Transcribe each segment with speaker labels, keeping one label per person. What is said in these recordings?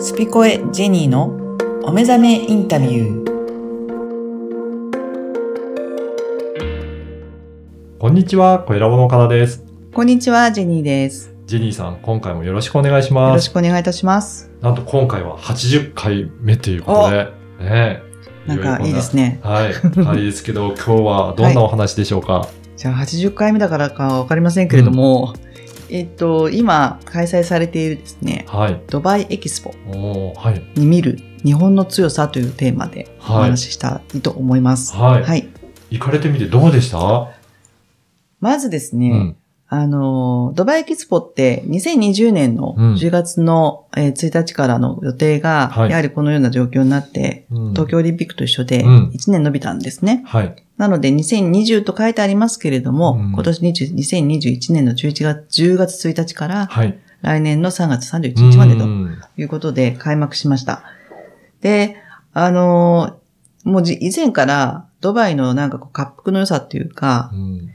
Speaker 1: スピコエジェニーのお目覚めインタビュー。
Speaker 2: こんにちは、小ラボの岡田です。
Speaker 3: こんにちは、ジェニーです。
Speaker 2: ジェニーさん、今回もよろしくお願いし
Speaker 3: よ
Speaker 2: ま
Speaker 3: ろ
Speaker 2: す
Speaker 3: し。くお願いいたします。
Speaker 2: なんと今回は80回目ということで、ねえ
Speaker 3: なんかいいですね。
Speaker 2: ね。はい、はいですけ ど、今日はどんなお話でしょうか。
Speaker 3: じゃあ80回目だからかわかりませんけれども、えっと、今開催されているですね、
Speaker 2: はい、
Speaker 3: ドバイエキスポ
Speaker 2: おーはい、
Speaker 3: に見る日本の強さというテーマでお
Speaker 2: はい
Speaker 3: 話ししたいと思います。
Speaker 2: はい
Speaker 3: はい。
Speaker 2: 行かれてみてどうでした？
Speaker 3: まずです
Speaker 2: う
Speaker 3: ね、
Speaker 2: ん、
Speaker 3: あの、ドバイエキスポって2020年の
Speaker 2: うん
Speaker 3: 10月の、えー1日からの予定が、
Speaker 2: はい
Speaker 3: やはりこのような状況になって、
Speaker 2: うん
Speaker 3: 東京オリンピックと一緒で
Speaker 2: うん
Speaker 3: 1年伸びたんですね。
Speaker 2: はい、
Speaker 3: なので2020と書いてありますけれども、
Speaker 2: うん
Speaker 3: 今年20 2021年の11月、10月1日から
Speaker 2: はい、
Speaker 3: 来年の3月31日まで
Speaker 2: う
Speaker 3: と
Speaker 2: ん
Speaker 3: いうことで開幕しました。で、あのーもうじ以前からドバイのなんかこう、滑覆の良さっていうか、
Speaker 2: うん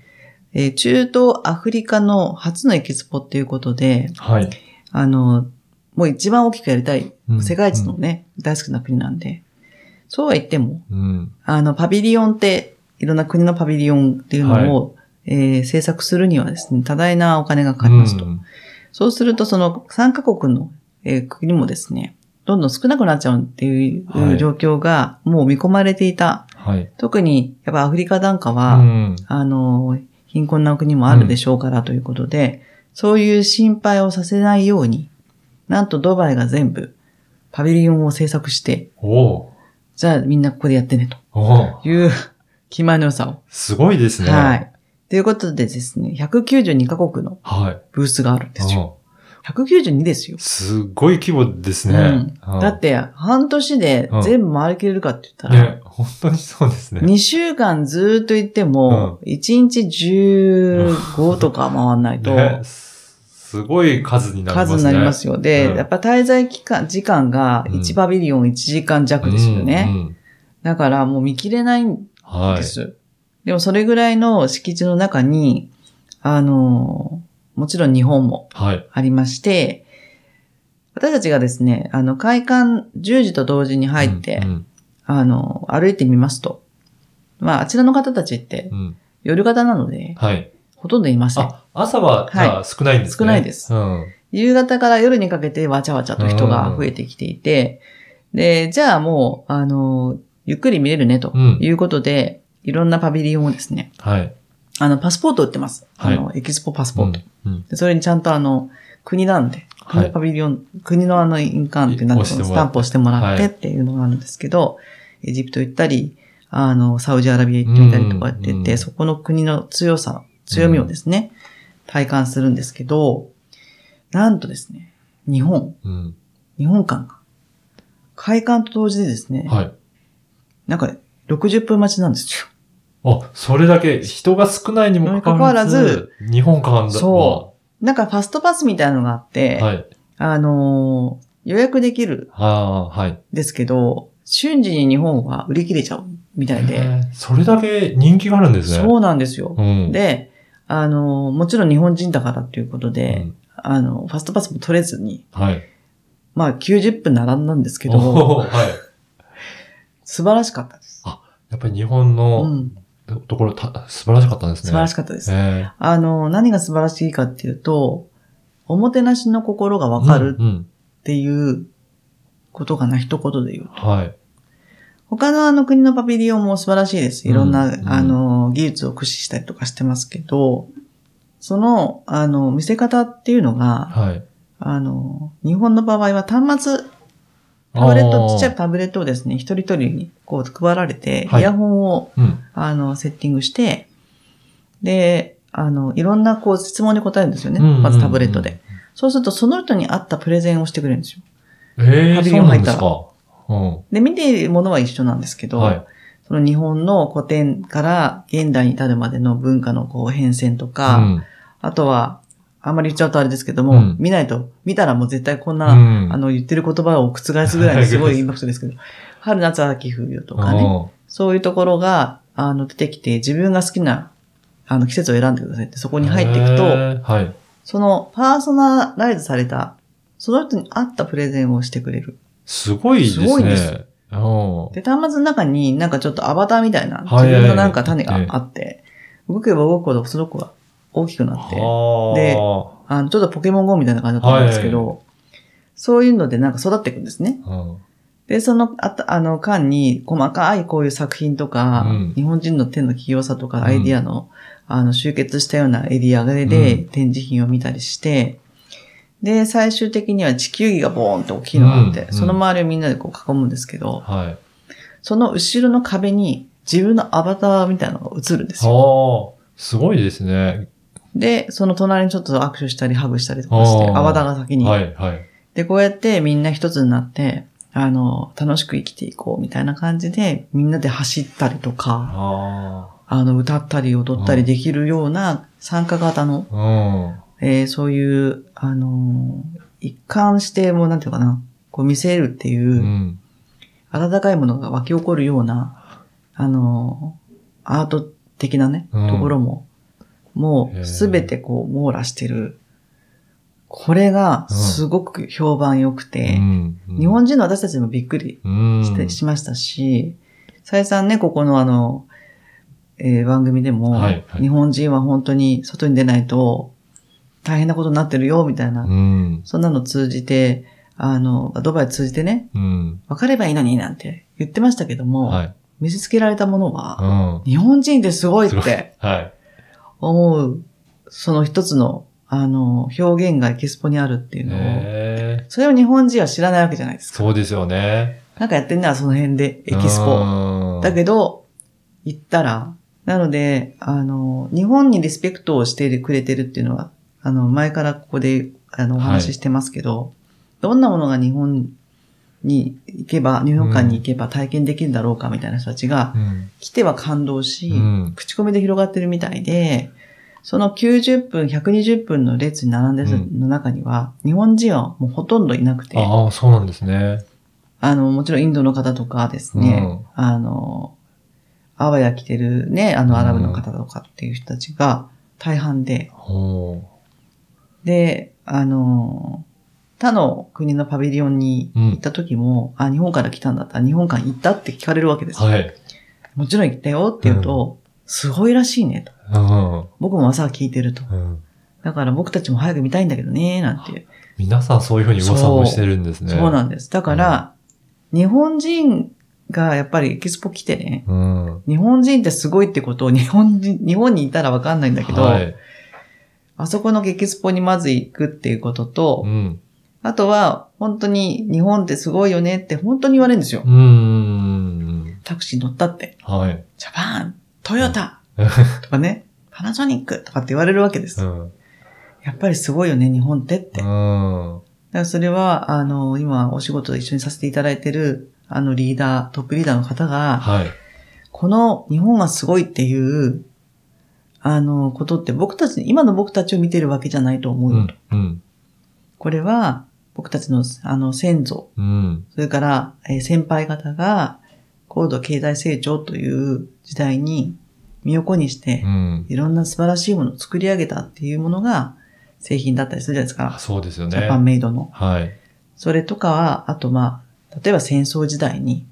Speaker 3: えー中東アフリカの初のエキスポっていうことで、
Speaker 2: はい、
Speaker 3: あのーもう一番大きくやりたい、
Speaker 2: うん
Speaker 3: 世界一の、ね、大好きな国なんで、そうは言っても、
Speaker 2: うん、
Speaker 3: あの、パビリオンって、いろんな国のパビリオンっていうのを、えー制作するにはですね、多大なお金がかかりますと。
Speaker 2: うん
Speaker 3: そうすると、その参加国の、えー国もですね、どんどん少なくなっちゃうってい
Speaker 2: はいう
Speaker 3: 状況がもう見込まれていた。
Speaker 2: はい、
Speaker 3: 特に、やっぱアフリカなんか
Speaker 2: う
Speaker 3: は、
Speaker 2: ん、
Speaker 3: あの、貧困な国もあるでしょうからということで、そういう心配をさせないように、なんとドバイが全部パビリオンを制作して、
Speaker 2: おー
Speaker 3: じゃあみんなここでやってね
Speaker 2: おー
Speaker 3: という 気前の良さを
Speaker 2: すごいですね。
Speaker 3: はい。ということでですね、192カ国の
Speaker 2: はい、
Speaker 3: ブースがあるんですよ。
Speaker 2: うん
Speaker 3: 192ですよ。
Speaker 2: すごい規模ですね。
Speaker 3: うん
Speaker 2: うん
Speaker 3: だって、半年で全部回りきれるかって言ったら、
Speaker 2: ね、本当にそうですね。
Speaker 3: 2週間ずーっと行っても、1日15とか回んないと、
Speaker 2: ね、すすごい数になります
Speaker 3: 数
Speaker 2: ね。
Speaker 3: になりますよ。で、
Speaker 2: うん
Speaker 3: やっぱ滞在期間、時間が
Speaker 2: うん
Speaker 3: 1パビリオン1時間弱ですよね。
Speaker 2: うんうん
Speaker 3: だからもう見切れないん
Speaker 2: は
Speaker 3: で
Speaker 2: い。
Speaker 3: す。でもそれぐらいの敷地の中に、あの、もちろん日本も
Speaker 2: はい。
Speaker 3: ありまして、私たちがですね、あの、開館10時と同時に入って、
Speaker 2: うん
Speaker 3: あの、歩いてみますと。まあ、あちらの方たちって
Speaker 2: うんうん
Speaker 3: 夜型なので、
Speaker 2: はい。
Speaker 3: ほとんどいません。
Speaker 2: あ、朝は、じゃあ少ないんですね。
Speaker 3: 少ないです
Speaker 2: うん。
Speaker 3: 夕方から夜にかけてわちゃわちゃと人が増えてきていて、で、じゃあもう、あの、ゆっくり見れるね、と
Speaker 2: うん
Speaker 3: いうことで、いろんなパビリオンをですね、
Speaker 2: はい。
Speaker 3: あの、パスポート売ってます。
Speaker 2: はい
Speaker 3: あの、エキスポパス
Speaker 2: う
Speaker 3: ポート。
Speaker 2: んうん
Speaker 3: でそれにちゃんとあの、国なんで、
Speaker 2: はい
Speaker 3: 国のパビリオン、国のあの印鑑ってなんか
Speaker 2: 押してもらって
Speaker 3: スタンプをしてもらっ
Speaker 2: は
Speaker 3: て
Speaker 2: い
Speaker 3: っていうのがあるんですけど、エジプト行ったり、あの、サウジアラビア行ってみたりとかやってて、
Speaker 2: うんうん
Speaker 3: そこの国の強さ、強みをですね、体感するんですけど、なんとですね、日本、
Speaker 2: うん。
Speaker 3: 日本館が、開館と同時でですね、
Speaker 2: はい。
Speaker 3: なんか60分待ちなんですよ。
Speaker 2: あ、それだけ人が少ないにもかかわらず、日本間だ
Speaker 3: そなんかファストパスみたいなのがあって、
Speaker 2: うはい。
Speaker 3: あのー予約できる
Speaker 2: ああー、はい。
Speaker 3: ですけど、瞬時に日本は売り切れちゃうみたいで。
Speaker 2: へーそれだけ人気があるんですね。
Speaker 3: そうなんですよ。
Speaker 2: うん。
Speaker 3: で、あの、もちろん日本人だからということ
Speaker 2: う
Speaker 3: で、
Speaker 2: ん、
Speaker 3: あの、ファストパスも取れずに、
Speaker 2: はい。
Speaker 3: まあ90分並んだんですけど、
Speaker 2: おーはい。
Speaker 3: 素晴らしかったです。
Speaker 2: やっぱり日本
Speaker 3: う
Speaker 2: の
Speaker 3: ん、
Speaker 2: ところ、た素晴らしかったんですね。
Speaker 3: 素晴らしか
Speaker 2: か
Speaker 3: ったで
Speaker 2: った
Speaker 3: す。あの、何が素晴らしいかっていうと、おもてなしの心がわかる
Speaker 2: うんうん
Speaker 3: っていうことかな、一言で言う。
Speaker 2: はい。
Speaker 3: 他のあの国のパビリオンも素晴らしいです。いろんな、
Speaker 2: うん
Speaker 3: あの、技術を駆使したりとかしてますけど、その、あの、見せ方っていうのが、
Speaker 2: はい。
Speaker 3: あの、日本の場合は端末、タブレット、ちっちゃいタブレットをですね、一人一人にこう配られて、
Speaker 2: はい
Speaker 3: イヤホンを、
Speaker 2: うん。
Speaker 3: あの、セッティングして、で、あの、いろんなこう質問に答えるんですよね。
Speaker 2: うんうんうん
Speaker 3: まずタブレットで。。そうすると、その人に合ったプレゼンをしてくれるんですよ。
Speaker 2: ええ
Speaker 3: パ
Speaker 2: ー、
Speaker 3: ビ
Speaker 2: そ
Speaker 3: リオ
Speaker 2: う
Speaker 3: ン
Speaker 2: な
Speaker 3: 入
Speaker 2: ん
Speaker 3: っ
Speaker 2: で
Speaker 3: た
Speaker 2: す
Speaker 3: ら
Speaker 2: か。うん。
Speaker 3: で、見ているものは一緒なんですけど、
Speaker 2: はい。
Speaker 3: その日本の古典から現代に至るまでの文化のこう変遷とか、
Speaker 2: うん
Speaker 3: あとは、あんまり言っちゃうとあれですけども、
Speaker 2: うん
Speaker 3: 見ないと、見たらもう絶対こん
Speaker 2: う
Speaker 3: な、
Speaker 2: ん。
Speaker 3: あの言ってる言葉を覆すぐらいのすごいインパクトです けど、春夏秋冬とかね、そういうところがあの出てきて自分が好きなあの季節を選んでくださいってそこ
Speaker 2: こ
Speaker 3: に入っていくと、
Speaker 2: はい。
Speaker 3: そのパーソナライズされたその人に合ったプレゼンをしてくれる。
Speaker 2: すごいですね。
Speaker 3: すごいです
Speaker 2: うん
Speaker 3: で、端末の中になんかちょっとアバターみたいな、
Speaker 2: はいはい
Speaker 3: 自分のなんか種があって、動けば動くほどその子が大きくなって、
Speaker 2: はあ
Speaker 3: であの、ちょっとポケモン GO みたいな感じだったんですけど、そういうのでなんか育っていくんですね。
Speaker 2: うん
Speaker 3: で、その、あたあの、間に、細かいこういう作品とか、
Speaker 2: うん
Speaker 3: 日本人の手の器用さとか、アイディアの、あの、集結したようなエリアで、
Speaker 2: うん
Speaker 3: 展示品を見たりして、で、最終的には地球儀がボーンって大きいのがあって、
Speaker 2: うん
Speaker 3: その周りをみんなでこう囲むんですけど、
Speaker 2: はい。
Speaker 3: その後ろの壁に自分のアバターみたいなのが映るんですよ。
Speaker 2: はあ、すごいですね。
Speaker 3: で、その隣にちょっと握手したりハグしたりとかして、
Speaker 2: あー
Speaker 3: アバターが先に。
Speaker 2: はい、はい。
Speaker 3: で、こうやってみんな一つになって、あの、楽しく生きていこうみたいな感じで、みんなで走ったりとか、
Speaker 2: あ
Speaker 3: あの、歌ったり踊ったりできるような参加型の、
Speaker 2: あ、うん。
Speaker 3: えーそういう、あのー一貫して、もうなんていうかな、こう見せるっていうう、
Speaker 2: ん。
Speaker 3: 温かいものが湧き起こるような、あのーアート的なね、
Speaker 2: うん
Speaker 3: ところも、も
Speaker 2: へー
Speaker 3: うすべてこう網羅してる。これがすごく評判良くて、日本人の私たちもびっくり
Speaker 2: 人
Speaker 3: してしましたし、さえさんね、ここのあの、えー番組でも、
Speaker 2: はいはい
Speaker 3: 日本人は本当に外に出ないと大変なことになってるよ、みたいな、
Speaker 2: うん。
Speaker 3: そんなの通じて、あの、ドバイ通じてね、
Speaker 2: うん。
Speaker 3: 分かればいいのになんて言ってましたけども、
Speaker 2: はい。
Speaker 3: 見せつけられたもの
Speaker 2: う
Speaker 3: は、
Speaker 2: ん。
Speaker 3: 日本人ってすごい
Speaker 2: すご
Speaker 3: っ
Speaker 2: い
Speaker 3: て
Speaker 2: はい。
Speaker 3: 思う、その一つの、あの、表現がエキスポにあるっていうのを、
Speaker 2: へえ。
Speaker 3: それを日本人は知らないわけじゃないですか。
Speaker 2: そうですよね。
Speaker 3: なんかやってんな、その辺で、エキスポ。
Speaker 2: ポ
Speaker 3: だけど、行ったら、なので、あの、日本にリスペクトをしてくれてるっていうのは、あの、前からここで、あの、お話ししてますけど、どんなものが日本に行けば、ニューヨーカーに行けば体験できるんだろうかみたいな人たちが、
Speaker 2: うん。
Speaker 3: 来ては感動し、
Speaker 2: うん
Speaker 3: 口コミで広がってるみたいで、その90分、120分の列に並んでる人の中には、日本人はもうほとんどいなくて、
Speaker 2: ああ、そうなんですね。
Speaker 3: あの、もちろんインドの方とかですね、あの、あわや着てるね、あのアラブの方とかっていう人たちが大半で、
Speaker 2: ほう。
Speaker 3: で、あの、他の国のパビリオンに行った時も、あ、日本から来たんだった、日本から行ったって聞かれるわけですよ。
Speaker 2: はい。
Speaker 3: もちろん行ったよって言うと、すごいらしいねと。
Speaker 2: うん。
Speaker 3: 僕も朝聞いてると。
Speaker 2: うん。
Speaker 3: だから僕たちも早く見たいんだけどね、なんていう。
Speaker 2: 皆さんそういうふうに噂もしてるんですね。
Speaker 3: そうなんです。だから、日本人がやっぱりエキスポ来てね、
Speaker 2: うん。
Speaker 3: 日本人ってすごいってことを日本人、日本にいたらわかんないんだけど、
Speaker 2: はい。
Speaker 3: あそこの激スポにまず行くっていうことと、
Speaker 2: うん。
Speaker 3: あとは本当に日本ってすごいよねって本当に言われるんですよ。
Speaker 2: うん。
Speaker 3: タクシー乗ったって、
Speaker 2: はい。
Speaker 3: ジャパン、トヨタ
Speaker 2: うん
Speaker 3: とかね、パナソニックとかって言われるわけです。
Speaker 2: うん。
Speaker 3: やっぱりすごいよね、日本ってって。だ
Speaker 2: う
Speaker 3: か
Speaker 2: ん。は
Speaker 3: らそれは、あの、今お仕事一緒にさせていただいてる、あのリーダー、トップリーダーの方が、
Speaker 2: い。
Speaker 3: この日本がすごいっていう、あの、ことって僕たち、今の僕たちを見てるわけじゃないと思
Speaker 2: う
Speaker 3: うよと。
Speaker 2: ん。うん。
Speaker 3: これは、僕たちの、あの、先祖、
Speaker 2: うん。
Speaker 3: それから、えー先輩方が、高度経済成長という時代に身を粉にして
Speaker 2: う、ん。
Speaker 3: いろんな素晴らしいものを作り上げたっていうものが製品だったりするじゃないです
Speaker 2: あ
Speaker 3: か。
Speaker 2: そうですよ
Speaker 3: ジャパン
Speaker 2: ね。
Speaker 3: メイドの。
Speaker 2: はい。
Speaker 3: それとかは、あとまあ、例えば戦争時代に、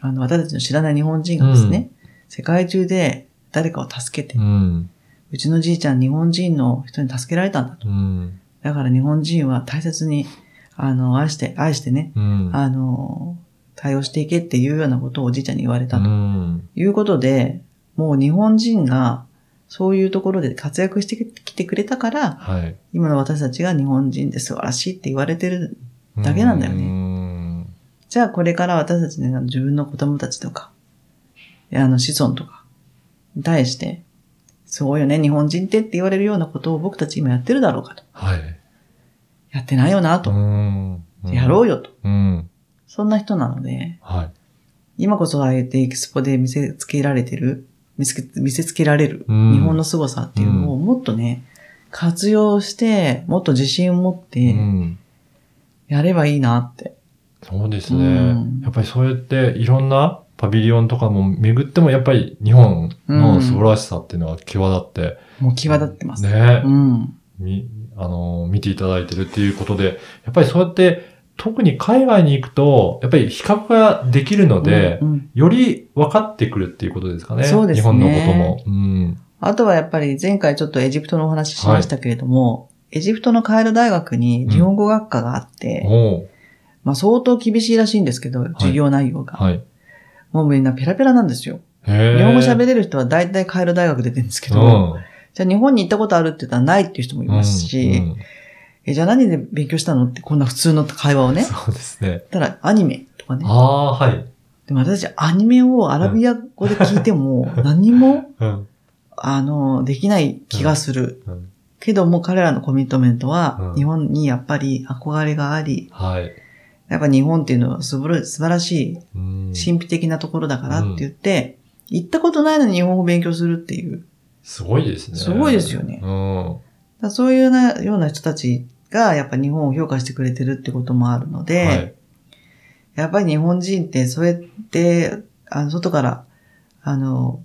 Speaker 3: あの、私たちの知らない日本人がですね、世界中で誰かを助けて
Speaker 2: う、ん。
Speaker 3: うちのじいちゃん日本人の人に助けられたんだと。
Speaker 2: うん。
Speaker 3: だから日本人は大切に、あの、愛して、愛してね、
Speaker 2: うん。
Speaker 3: あの、対応していけっていうようなことをおじいちゃんに言われ
Speaker 2: う
Speaker 3: たと
Speaker 2: ん。
Speaker 3: いうことで、もう日本人がそういうところで活躍してきてくれたから、
Speaker 2: はい。
Speaker 3: 今の私たちが日本人で素晴らしいって言われてる。だけなんだよね
Speaker 2: ね。
Speaker 3: じゃあこれから私たちね、あの自分の子供たちとか、あの子孫とかに対して、すごいよね、日本人ってって言われるようなことを僕たち今やってるだろうかと。
Speaker 2: はい。
Speaker 3: やってないよなと。
Speaker 2: ん。
Speaker 3: やろ
Speaker 2: う。
Speaker 3: うよと。
Speaker 2: うん。
Speaker 3: そんな人なので、
Speaker 2: はい。
Speaker 3: 今こそああえてエキスポで見せつけられてる、見せつけ見せつけられる、
Speaker 2: うん
Speaker 3: 日本の凄さっていうのをもっとね、活用して、もっと自信を持っ
Speaker 2: う
Speaker 3: て、
Speaker 2: ん。
Speaker 3: やればいいなって。
Speaker 2: そうです
Speaker 3: うん
Speaker 2: ね。やっぱりそうやっていろんなパビリオンとかも巡ってもやっぱり日本の素晴らしさっていうのは際立って。
Speaker 3: もう際立ってます。
Speaker 2: ね
Speaker 3: う。ん。
Speaker 2: み、あの、見ていただいてるっていうことで、やっぱりそうやって、特に海外に行くと、やっぱり比較ができるので、
Speaker 3: うんうん
Speaker 2: より分かってくるっていうことですかね。
Speaker 3: そうですね
Speaker 2: 日本のことも。うん。
Speaker 3: あとはやっぱり前回ちょっとエジプトのお話ししましたけれども、エジプトのカエル大学に日本語学科があって、
Speaker 2: おう
Speaker 3: まあ相当厳しいらしいんですけど、授業内容が。
Speaker 2: はい。
Speaker 3: もうみんなペラペラなんですよ。
Speaker 2: へえ。
Speaker 3: 日本語喋れる人は大体カエル大学出てるんですけど、
Speaker 2: うん
Speaker 3: じゃあ日本に行ったことあるって言ったらないっていう人もいますし、
Speaker 2: うんうん
Speaker 3: え、じゃあ何で勉強したのってこんな普通の会話をね。
Speaker 2: そうですね。
Speaker 3: たらアニメとかね。
Speaker 2: ああー、はい。
Speaker 3: でも私アニメをアラビア語で聞いても何も、
Speaker 2: うん。
Speaker 3: あの、できない気がする。
Speaker 2: うん
Speaker 3: けども彼らのコミットメント
Speaker 2: う
Speaker 3: は
Speaker 2: ん
Speaker 3: 日本にやっぱり憧れがあり、
Speaker 2: はい。
Speaker 3: やっぱ日本っていうのは素晴ら素晴らし
Speaker 2: うん
Speaker 3: い、神秘的なところだからって言って、行ったことないのに日本語を勉強するっていう。
Speaker 2: すごいですね。
Speaker 3: すごいですよね
Speaker 2: うん。
Speaker 3: だからそういうなような人たちがやっぱ日本を評価してくれてるってこともあるので、
Speaker 2: はい。
Speaker 3: やっぱり日本人って、そうやって、あの、外から、あの、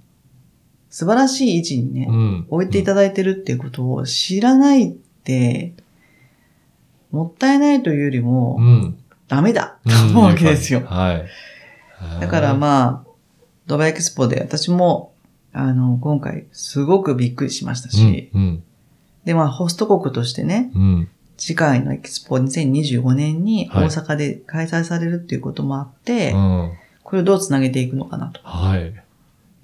Speaker 3: 素晴らしい位置にね、
Speaker 2: ん
Speaker 3: 置いてい
Speaker 2: だ
Speaker 3: ただいてるっていうことを知らないって、もったいないというよりも、
Speaker 2: うん。
Speaker 3: ダメだ
Speaker 2: うん
Speaker 3: と思うわけですよ。
Speaker 2: はい。
Speaker 3: だから
Speaker 2: あ、
Speaker 3: まあ、ドバイエクスポで私も、あの、今回すごくびっくりしましたし、
Speaker 2: うん。
Speaker 3: で、まあ、ホスト国としてね、
Speaker 2: うん。
Speaker 3: 次回のエキスポ2025年に
Speaker 2: はい
Speaker 3: 大阪で開催されるっていうこともあって、
Speaker 2: うん。
Speaker 3: これをどうつなげていくのかなと。
Speaker 2: はい。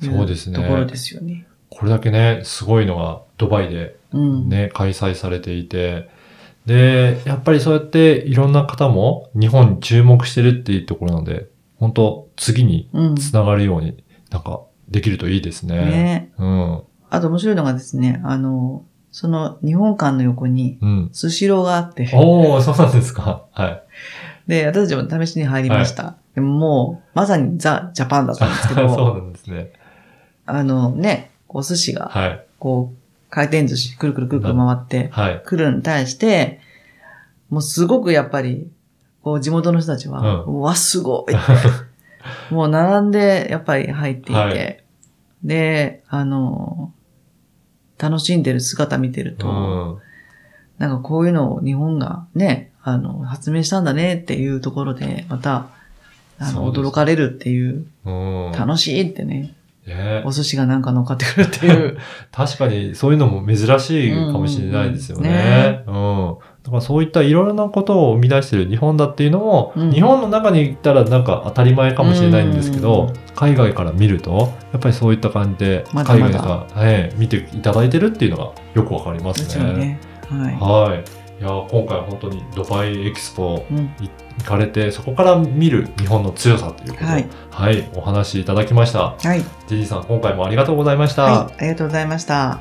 Speaker 2: そうですね
Speaker 3: ところですよね。
Speaker 2: これだけね、すごいのがドバイで
Speaker 3: うん。
Speaker 2: ね、開催されていて、で、やっぱりそうやっていろんな方も日本に注目してるっていうところなので、本当次に
Speaker 3: うん。
Speaker 2: つながるように、なんか、できるといいですね。
Speaker 3: ね。
Speaker 2: うん。
Speaker 3: あと面白いのがですね、あの、その日本館の横に、
Speaker 2: うん。
Speaker 3: スシローがあって、
Speaker 2: おー、そうなんですか。はい。
Speaker 3: で、私たちも試しに入りました。でももう、まさにザ・ジャパンだったんですけ
Speaker 2: そう
Speaker 3: ど、
Speaker 2: なんですね。
Speaker 3: あのね、お寿司が、
Speaker 2: はい。
Speaker 3: こう、回転寿司、くるくるくるくる回って、
Speaker 2: はい。
Speaker 3: くるに対して、もうすごくやっぱり、こう地元の人たちは、
Speaker 2: う
Speaker 3: うわ、すごいって もう並んで、やっぱり入っていて、
Speaker 2: は
Speaker 3: で、あの、楽しんでる姿見てる
Speaker 2: う
Speaker 3: と、
Speaker 2: ん。
Speaker 3: なんかこういうのを日本がね、あの、発明したんだねっていうところで、また、あ
Speaker 2: そ
Speaker 3: の、
Speaker 2: うです
Speaker 3: 驚かれるっていう、
Speaker 2: うん。
Speaker 3: 楽しいってね、
Speaker 2: ね
Speaker 3: お寿司がなんか乗っかってくるって いう。
Speaker 2: 確かにそういうのも珍しいかもしれないですよね。うんだからそういったいろいろなことを生み出してる日本だっていうのも、
Speaker 3: うん
Speaker 2: 日本の中に行ったらなんか当たり前かもしれないんですけど、海外から見るとやっぱりそういった感じで
Speaker 3: ま
Speaker 2: 海
Speaker 3: だま
Speaker 2: 外の
Speaker 3: だ
Speaker 2: 人が、ええ見ていただいてるっていうのがよくわかります
Speaker 3: もち
Speaker 2: ね。
Speaker 3: ろんね。は
Speaker 2: はい。いや今回本当にドバイエキスポ
Speaker 3: い。うん。
Speaker 2: 行かれてそこから見る日本の強さということを、
Speaker 3: はい
Speaker 2: はい、お話しいただきました。
Speaker 3: はい。
Speaker 2: ジジさん今回もありがとうございました。
Speaker 3: はい。ありがとうございました。